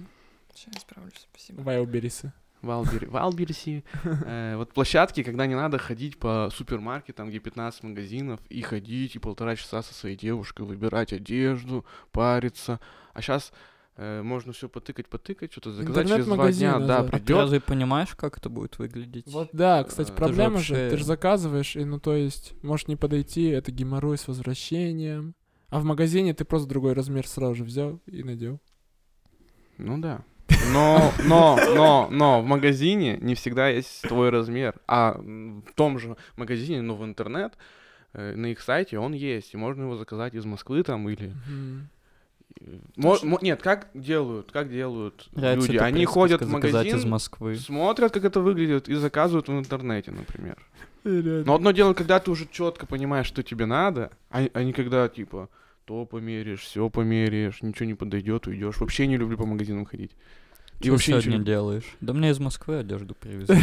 Сейчас справлюсь, спасибо.
Вайлберисы.
Валбери, Валберси. Э, Вот площадки, когда не надо ходить по супермаркетам, где 15 магазинов, и ходить, и полтора часа со своей девушкой выбирать одежду, париться. А сейчас э, можно все потыкать, потыкать, что-то заказать через два
Интернет-магазин,
дня, да,
Азар.
А ты
придет.
разве понимаешь, как это будет выглядеть?
Вот да, кстати,
Э,
проблема
ты же
же, ты
вообще-
же заказываешь, и ну то есть, может не подойти, это геморрой с возвращением. А в магазине ты просто другой размер сразу же взял и надел.
Ну да. Но, но, но, но в магазине не всегда есть твой размер. А м, в том же магазине, но в интернет, э, на их сайте он есть, и можно его заказать из Москвы там или...
Мгм.
э, мо- мо- нет, как делают, как делают
Нравится
люди?
эта
Они
присказка
ходят в
«заказать из
магазин,
Москвы.
смотрят, как это выглядит, и заказывают в интернете, например.
И реально.
Но одно дело, когда ты уже четко понимаешь, что тебе надо, а, а не когда типа то померишь, все померишь, ничего не подойдет, уйдешь. Вообще не люблю по магазинам ходить. И
Чё
вообще
сегодня
ничего не-
делаешь? Да мне из Москвы одежду привезли.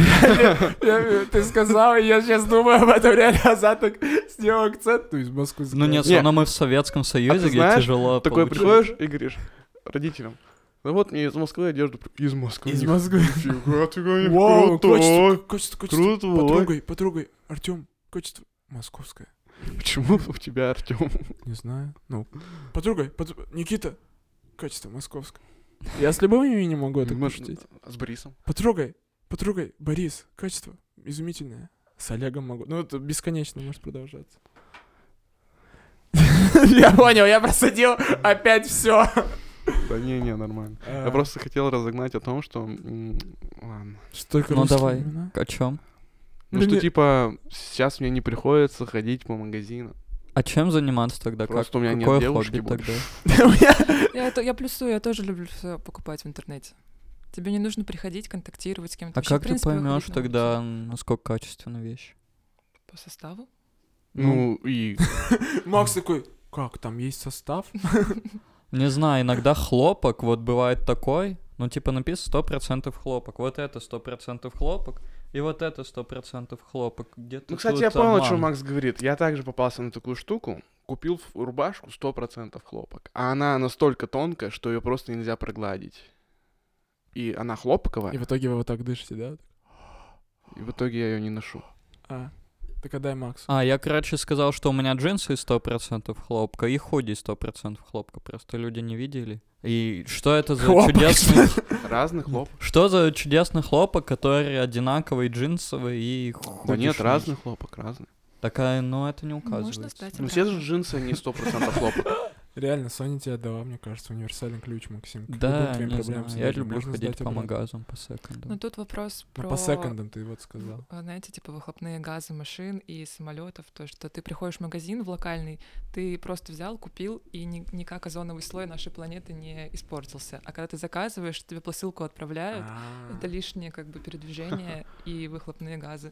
Я- Ты сказал, и я сейчас думаю об этом реально, а Заток сделал акцент. Ну, из Москвы
Ну нет,
Не. А
все равно мы в Советском Союзе, где
знаешь,
тяжело
Такой
получить.
приходишь и говоришь родителям. Ну вот мне из Москвы одежду. при- Из Москвы.
Из
ни-
Москвы.
Нифига ты говоришь,
Вау,
крутой,
качество, качество, качество.
крутой.
Подругой, подругой, Артем, качество. Московская.
Почему у тебя, Артем?
Не знаю. Ну. Подругой, под- Никита, качество московское. Я с любым именем могу это
Может,
пошутить.
С Борисом.
Потрогай, потрогай, Борис, качество изумительное. С Олегом могу. Ну, это бесконечно может продолжаться. Я понял, я просадил опять все.
Да не, не, нормально. Я просто хотел разогнать о том, что... м, Ладно.
А, Столько
Ну,
русских а?
давай.
имена.
О чем?
Ну
Да
что,
не-
типа, сейчас мне не приходится ходить по магазинам.
А чем заниматься тогда?
Просто у
как?
меня нет
Какое
девушки
хобби
больше.
тогда? А
У меня-
Я, это- я плюсую, я тоже люблю все покупать в интернете. Тебе не нужно приходить, контактировать с кем-то.
А
Вообще, в
как ты
принципе, выходить
поймешь
на
тогда,
улицу.
насколько качественная вещь?
По составу?
Ну, и...
Макс такой, как, там есть состав?
Не знаю, иногда хлопок, вот бывает такой, ну типа написано 100% хлопок, вот это 100% хлопок, и вот это 100% хлопок. Где
Ну, кстати, я понял, о чем Макс говорит. Я также попался на такую штуку. Купил ф- рубашку 100% хлопок. А она настолько тонкая, что ее просто нельзя прогладить. И она хлопковая,
И в итоге вы вот так дышите, да?
и в итоге я ее не ношу.
А, так отдай Максу.
А, я, короче, сказал, что у меня джинсы из 100% хлопка и худи из 100% хлопка, просто люди не видели. И что это за
Хлопок,
чудесный...
Разный хлопок.
Что за чудесный хлопок, который одинаковый, джинсовый и
Да нет,
худишный?
разный хлопок, разный.
Такая, ну это не
Можно
указывается.
стать
Ну, все же джинсы, они 100% хлопок.
Реально, Соня тебе отдала, мне кажется, универсальный ключ, Максим. К любым
Да,
твоим
не
проблемам
знаю,
с
я
одеждой
люблю
можно
ходить
сдать
по
обратно.
магазам, по секондам.
Ну, тут вопрос
Ну,
про...
По секондам ты вот сказал.
А, Знаете, типа выхлопные газы машин и самолетов, то, что ты приходишь в магазин в локальный, ты просто взял, купил, и ни- никак озоновый слой нашей планеты не испортился. А когда ты заказываешь, тебе посылку отправляют,
А,
это лишнее как бы передвижение и выхлопные газы.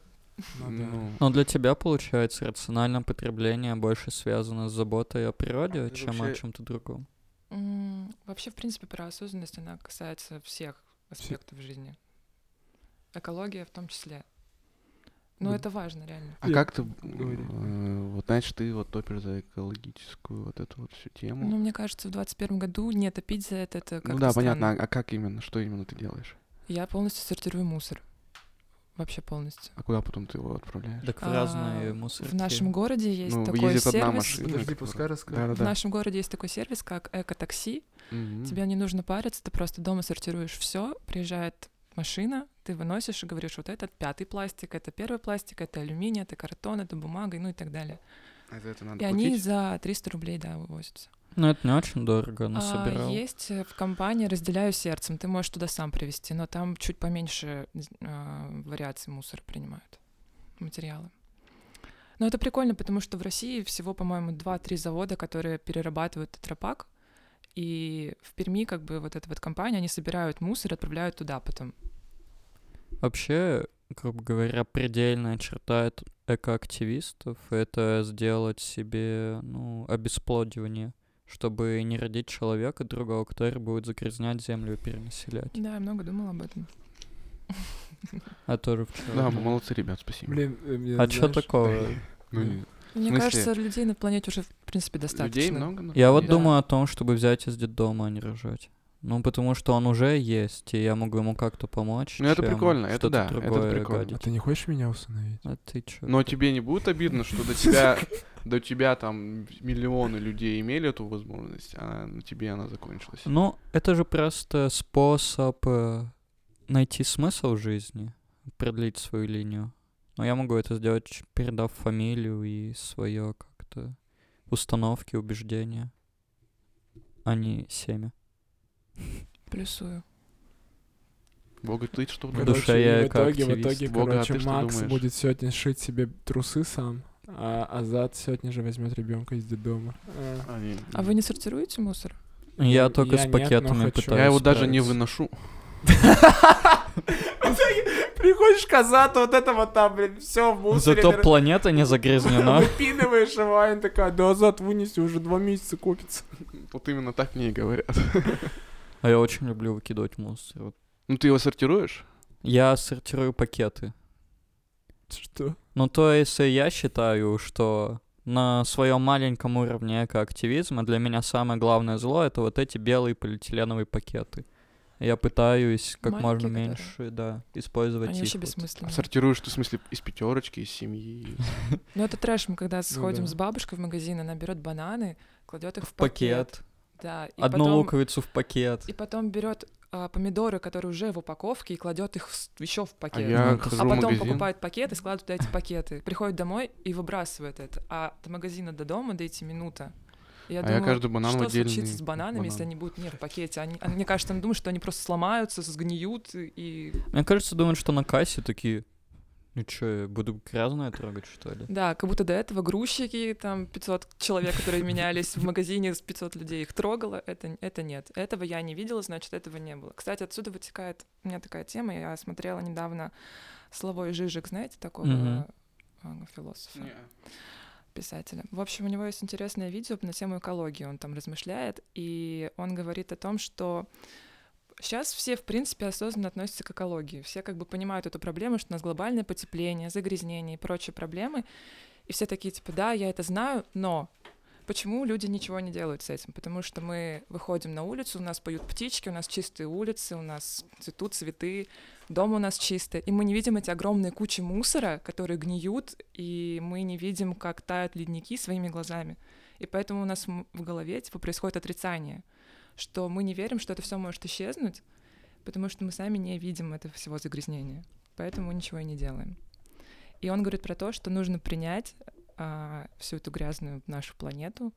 ну да.
Ну,
Но для тебя, получается, рациональное потребление больше связано с заботой о природе,
Ты
чем о
вообще-
чем-то другом.
М, Вообще, в принципе, про осознанность она касается всех аспектов жизни. Экология в том числе. Но
Мгм.
это важно, реально.
А
Я-
как ты... э,
Говори.
Вот, значит, ты вот топишь за экологическую вот эту вот всю
Но
тему.
Ну, мне кажется, в 21 году не топить за это, это как
Ну да, понятно. А а как именно? Что именно ты делаешь?
Я полностью сортирую мусор. Вообще полностью.
А куда потом ты его отправляешь?
Так в
А,
разные
В
мусорки.
нашем городе есть
Ну,
такой
ездит
сервис.
одна машина.
Подожди,
которая-
пускай расскажет.
В
Да-да-да.
нашем городе есть такой сервис, как эко-такси.
Мгм.
Тебе не нужно париться, ты просто дома сортируешь все, приезжает машина, ты выносишь и говоришь, вот этот пятый пластик, это первый пластик, это алюминий, это картон, это бумага, и ну и так далее.
А за это надо
И они
платить?
за 300 рублей, да, вывозятся.
Ну, это не очень дорого, но
А,
собирал.
есть э, в компании «Разделяю сердцем», ты можешь туда сам привезти, но там чуть поменьше з- а, вариаций мусора принимают, материалы. Но это прикольно, потому что в России всего, по-моему, 2-3 завода, которые перерабатывают тетрапак, и в Перми как бы вот эта вот компания, они собирают мусор и отправляют туда потом.
Вообще, грубо говоря, предельная черта эт- экоактивистов — это сделать себе, ну, обесплодивание, чтобы не родить человека другого, который будет загрязнять землю и перенаселять.
Да, я много думала об этом.
А тоже вчера.
Да,
был.
молодцы, ребят, спасибо.
Блин, э, мне,
а что
знаешь,
такого?
Ну,
Да.
и
Мне
смысле?
кажется, людей на планете уже, в принципе, достаточно.
людей много. на
Я вот
планете?
Да.
думаю о том, чтобы взять из детдома, а не рожать. Ну, потому что он уже есть, и я могу ему как-то помочь.
Ну, это
чем
прикольно, это
что-то
да, это
другое
прикольно. Ну,
А
гадить.
ты не хочешь меня усыновить?
А ты чё?
Но тебе не будет обидно, что до тебя до тебя там миллионы людей имели эту возможность, а на тебе она закончилась.
Ну, это же просто способ э, найти смысл в жизни, продлить свою линию. Но я могу это сделать, ч- передав фамилию и свое как-то установки, убеждения, а не семя.
Плюсую.
Бога, ты что
В
Короче,
думаешь?
душе
и
я
в итоге, в
экоактивист.
итоге,
Бога, а
короче,
ты что
Макс
думаешь?
будет сегодня шить себе трусы сам, а Азат сегодня же возьмет ребенка из детдома. Э,
Они-
А вы не сортируете мусор?
Я
Ну,
только
я
с
нет, но
пакетами
хочу.
пытаюсь.
Я
Я его даже не
справиться.
выношу.
Приходишь к Азату, вот это вот там, блин, все в мусоре.
Зато
блин,
планета не загрязнена.
Выпинываешь его, а он такая, да Азат вынеси, уже два месяца копится.
Вот именно так мне и говорят.
А я очень люблю выкидывать мусор. Вот.
Ну ты его сортируешь?
Я сортирую пакеты.
Что?
Ну, то есть э, я считаю, что на своем маленьком уровне экоактивизма для меня самое главное зло это вот эти белые полиэтиленовые пакеты. Я пытаюсь как
Маленькие,
можно
которые?
меньше, да, использовать
Они
их.
вообще
вот.
А
бессмысленные.
сортируешь ты, в смысле, из пятерочки, из семьи?
Ну это трэш, мы когда сходим
да.
с бабушкой в магазин, она берет бананы, кладет их в,
В пакет.
Да, и
Одну
потом,
луковицу в пакет.
И потом берет а, помидоры, которые уже в упаковке, и кладет их еще в
А
пакет.
я
Ну,
хожу
А
в
потом
магазин.
покупает пакеты, складывает туда эти пакеты, приходит домой и выбрасывает это. А до магазина до дома дайте минута. И
А я
думаю,
каждый банан в
что
отдельный.
случится с бананами, если
банан.
они будут не в пакете? Они, а мне кажется, они думают, что они просто сломаются, сгниют и- и...
Мне кажется, думают, что на кассе такие. Ну чё, я буду грязное трогать, что ли?
Да, как будто до этого грузчики, там 500 человек, которые менялись в магазине, с 500 людей их трогало, это, это нет. Этого я не видела, значит, этого не было. Кстати, отсюда вытекает у меня такая тема, я смотрела недавно Славой Жижик, знаете такого
Мгм.
а, философа? писателя. В общем, у него есть интересное видео на тему экологии. Он там размышляет, и он говорит о том, что сейчас все, в принципе, осознанно относятся к экологии. Все как бы понимают эту проблему, что у нас глобальное потепление, загрязнение и прочие проблемы. И все такие, типа, да, я это знаю, но Почему люди ничего не делают с этим? Потому что мы выходим на улицу, у нас поют птички, у нас чистые улицы, у нас цветут цветы, дом у нас чистый, и мы не видим эти огромные кучи мусора, которые гниют, и мы не видим, как тают ледники своими глазами. И поэтому у нас м- в голове типа, происходит отрицание, что мы не верим, что это все может исчезнуть, потому что мы сами не видим этого всего загрязнения. Поэтому ничего и не делаем. И он говорит про то, что нужно принять а, всю эту грязную нашу планету,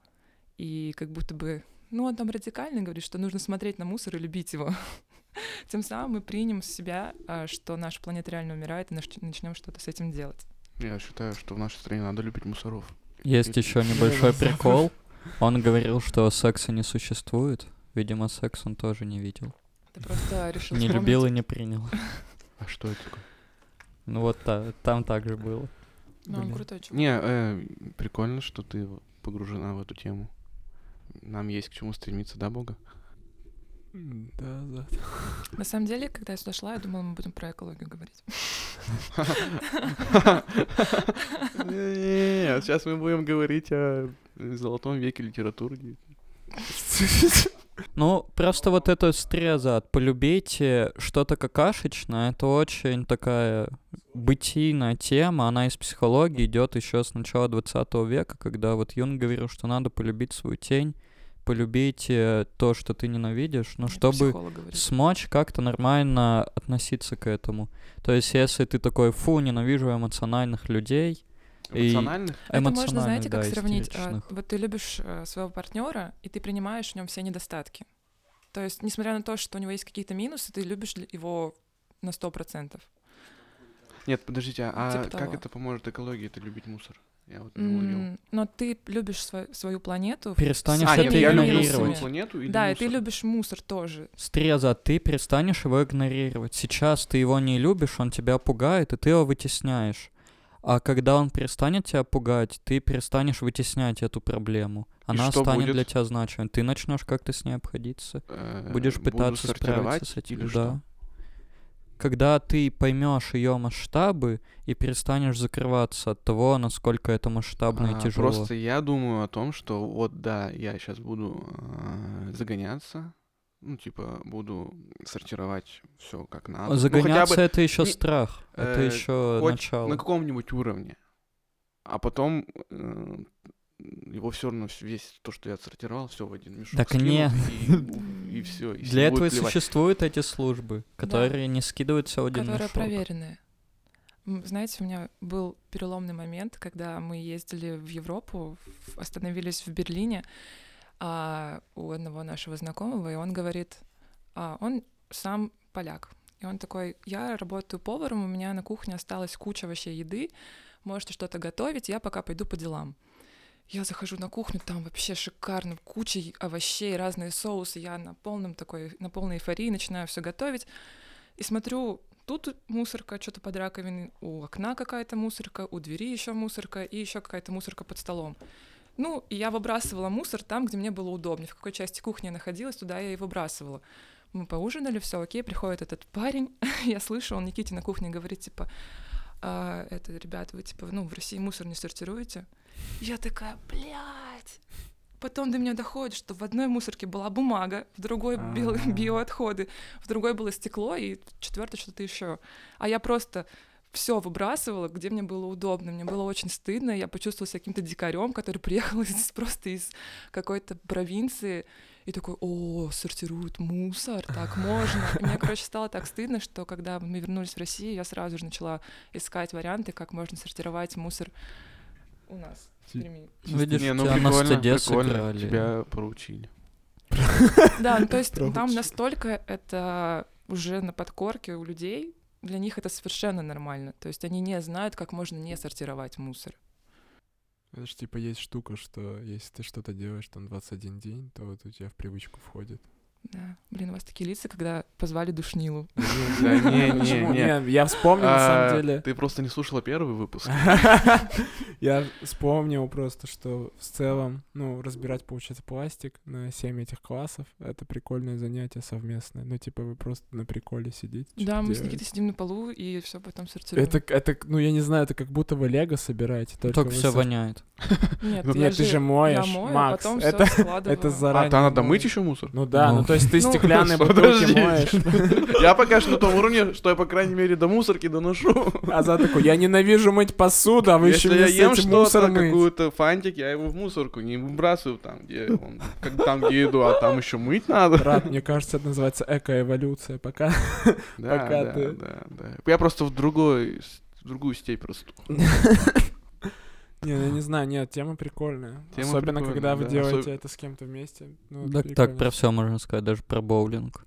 и как будто бы, ну, он там радикально говорит, что нужно смотреть на мусор и любить его. Тем самым мы примем с себя, а, что наша планета реально умирает, и начнем что-то с этим делать.
Я считаю, что в нашей стране надо любить мусоров.
Есть еще небольшой прикол. Он говорил, что секса не существует. Видимо, секс он тоже не видел.
Ты просто решил
Не
вспомнить.
любил и не принял.
А что это такое?
Ну вот та- там также было.
Ну, он
Блин.
крутой чувак.
Не, э, прикольно, что ты в- погружена в эту тему. Нам есть к чему стремиться, да, Бога?
М, Да, Азат.
На самом деле, когда я сюда шла, я думала, мы будем про экологию говорить.
Ну,
Нет, сейчас мы будем говорить о золотом веке литературы.
Ну, просто вот это стрезат. Полюбите что-то какашечное. Это очень такая бытийная тема. Она из психологии идет еще с начала 20 века, когда вот Юнг говорил, что надо полюбить свою тень, полюбить э, то, что ты ненавидишь, но
Это
чтобы
психолог говорит.
смочь как-то нормально относиться к этому. То есть, если ты такой, фу, ненавижу эмоциональных людей, И-
Эмоциональных?
Это можно,
эмоциональных,
знаете, как
да,
сравнить. а,
истеричных.
вот ты любишь а, своего партнера, и ты принимаешь в нем все недостатки. То есть, несмотря на то, что у него есть какие-то минусы, ты любишь л- его на сто процентов.
Нет, подождите, а
Типа
а как
того.
это поможет экологии, это любить мусор? Я вот не уловил.
М, Но ты любишь свой- свою планету.
Перестанешь
А,
это
я- я люблю
игнорировать.
свою
минусами.
планету и
Да, и ты любишь мусор тоже.
Стреза, а ты перестанешь его игнорировать. Сейчас ты его не любишь, он тебя пугает, и ты его вытесняешь. А когда он перестанет тебя пугать, ты перестанешь вытеснять эту проблему. Она
что
станет
будет? Э,
для тебя значимой. Ты начнешь как-то с ней обходиться. Будешь пытаться справиться с этим.
или
да.
что?
Когда ты поймешь ее масштабы и перестанешь закрываться от того, насколько это масштабно
А,
и тяжело.
Просто я думаю о том, что вот да, я сейчас буду а, загоняться. Ну, типа, буду сортировать все как надо. Ну, хотя бы
Загоняться это еще
не-
страх. это
э,
еще
хоть
начало.
на каком-нибудь уровне. А потом э, его все равно вс- весь то, что я отсортировал, все в один мешок.
Так
скинут,
не.
И, все.
Для этого существуют эти службы, которые не скидываются в один
которые
мешок.
проверенные. М, Знаете, у меня был переломный момент, когда мы ездили в Европу, в- остановились в Берлине а, у одного нашего знакомого, и он говорит, а, он сам поляк. И он такой, я работаю поваром, у меня на кухне осталась куча вообще еды, можете что-то готовить, я пока пойду по делам. Я захожу на кухню, там вообще шикарно, куча и- овощей, разные соусы, я на полном такой, на полной эйфории начинаю все готовить, и смотрю, тут мусорка, что-то под раковиной, у окна какая-то мусорка, у двери еще мусорка и еще какая-то мусорка под столом. Ну, и я выбрасывала мусор там, где мне было удобнее. В какой части кухни я находилась, туда я и выбрасывала. Мы поужинали, все окей, приходит этот парень. я слышу, он Никите на кухне говорит, типа, «А, это, ребят, вы, типа, ну, в России мусор не сортируете? Я такая, блядь! Потом до меня доходит, что в одной мусорке была бумага, в другой бел-
А.
биоотходы, в другой было стекло, и четвертое что-то еще. А я просто все выбрасывала, где мне было удобно. Мне было очень стыдно. Я почувствовала себя каким-то дикарем, который приехал из, просто из какой-то провинции и такой, о, сортируют мусор, так можно. И мне, короче, стало так стыдно, что когда мы вернулись в Россию, я сразу же начала искать варианты, как можно сортировать мусор у нас в Перми.
Видишь, тебя на стыде сыграли.
ну Тебя поручили.
Да, ну, то есть
Правда,
там
чё?
настолько это уже на подкорке у людей, для них это совершенно нормально. То есть они не знают, как можно не сортировать мусор.
Это ж типа есть штука, что если ты что-то делаешь там 21 день, то вот у тебя в привычку входит.
Да. Блин, у вас такие лица, когда позвали душнилу.
Да не, не,
Почему?
не.
я вспомнил на
А,
самом деле.
Ты просто не слушала первый выпуск. А,
Я вспомнил просто, что в целом, ну, разбирать, получается, пластик на 7 этих классов, это прикольное занятие совместное. Ну, типа, вы просто на приколе сидите.
да,
чё-то
мы с
делаете.
Никитой сидим на полу и все потом сортируем.
Это, к- это, к- ну, я не знаю, это как будто вы лего собираете.
Ну,
Только,
Только
вы
все
со-
воняет.
Нет,
Нет,
я
ну, ты же моешь,
я мою,
Макс,
а потом
это-
все складываю.
Это
А,
заранее.
то надо
моешь.
мыть еще мусор?
Ну да, ну,
Ну.
то есть ты
Ну,
стеклянные бутылки
подожди.
моешь,
Я пока что на том уровне, что я, по крайней мере, до мусорки доношу.
а за такой, я ненавижу мыть посуду, а вы еще
Если я
мне с
ем
этим мусор
что-то,
мыть.
какую-то фантик, я его в мусорку не выбрасываю там, где он, как там, где еду, а там еще мыть надо.
Рад, мне кажется, это называется экоэволюция. Пока
Да,
пока
да,
ты-
да, да. Я просто в другой, с- в другую степь просто.
Не, ну, я не знаю, нет, тема прикольная.
Тема
Особенно,
прикольная,
когда вы
да.
делаете
Особ-
это с кем-то вместе. Ну, это
Так, так
прикольно.
про все можно сказать, даже про боулинг.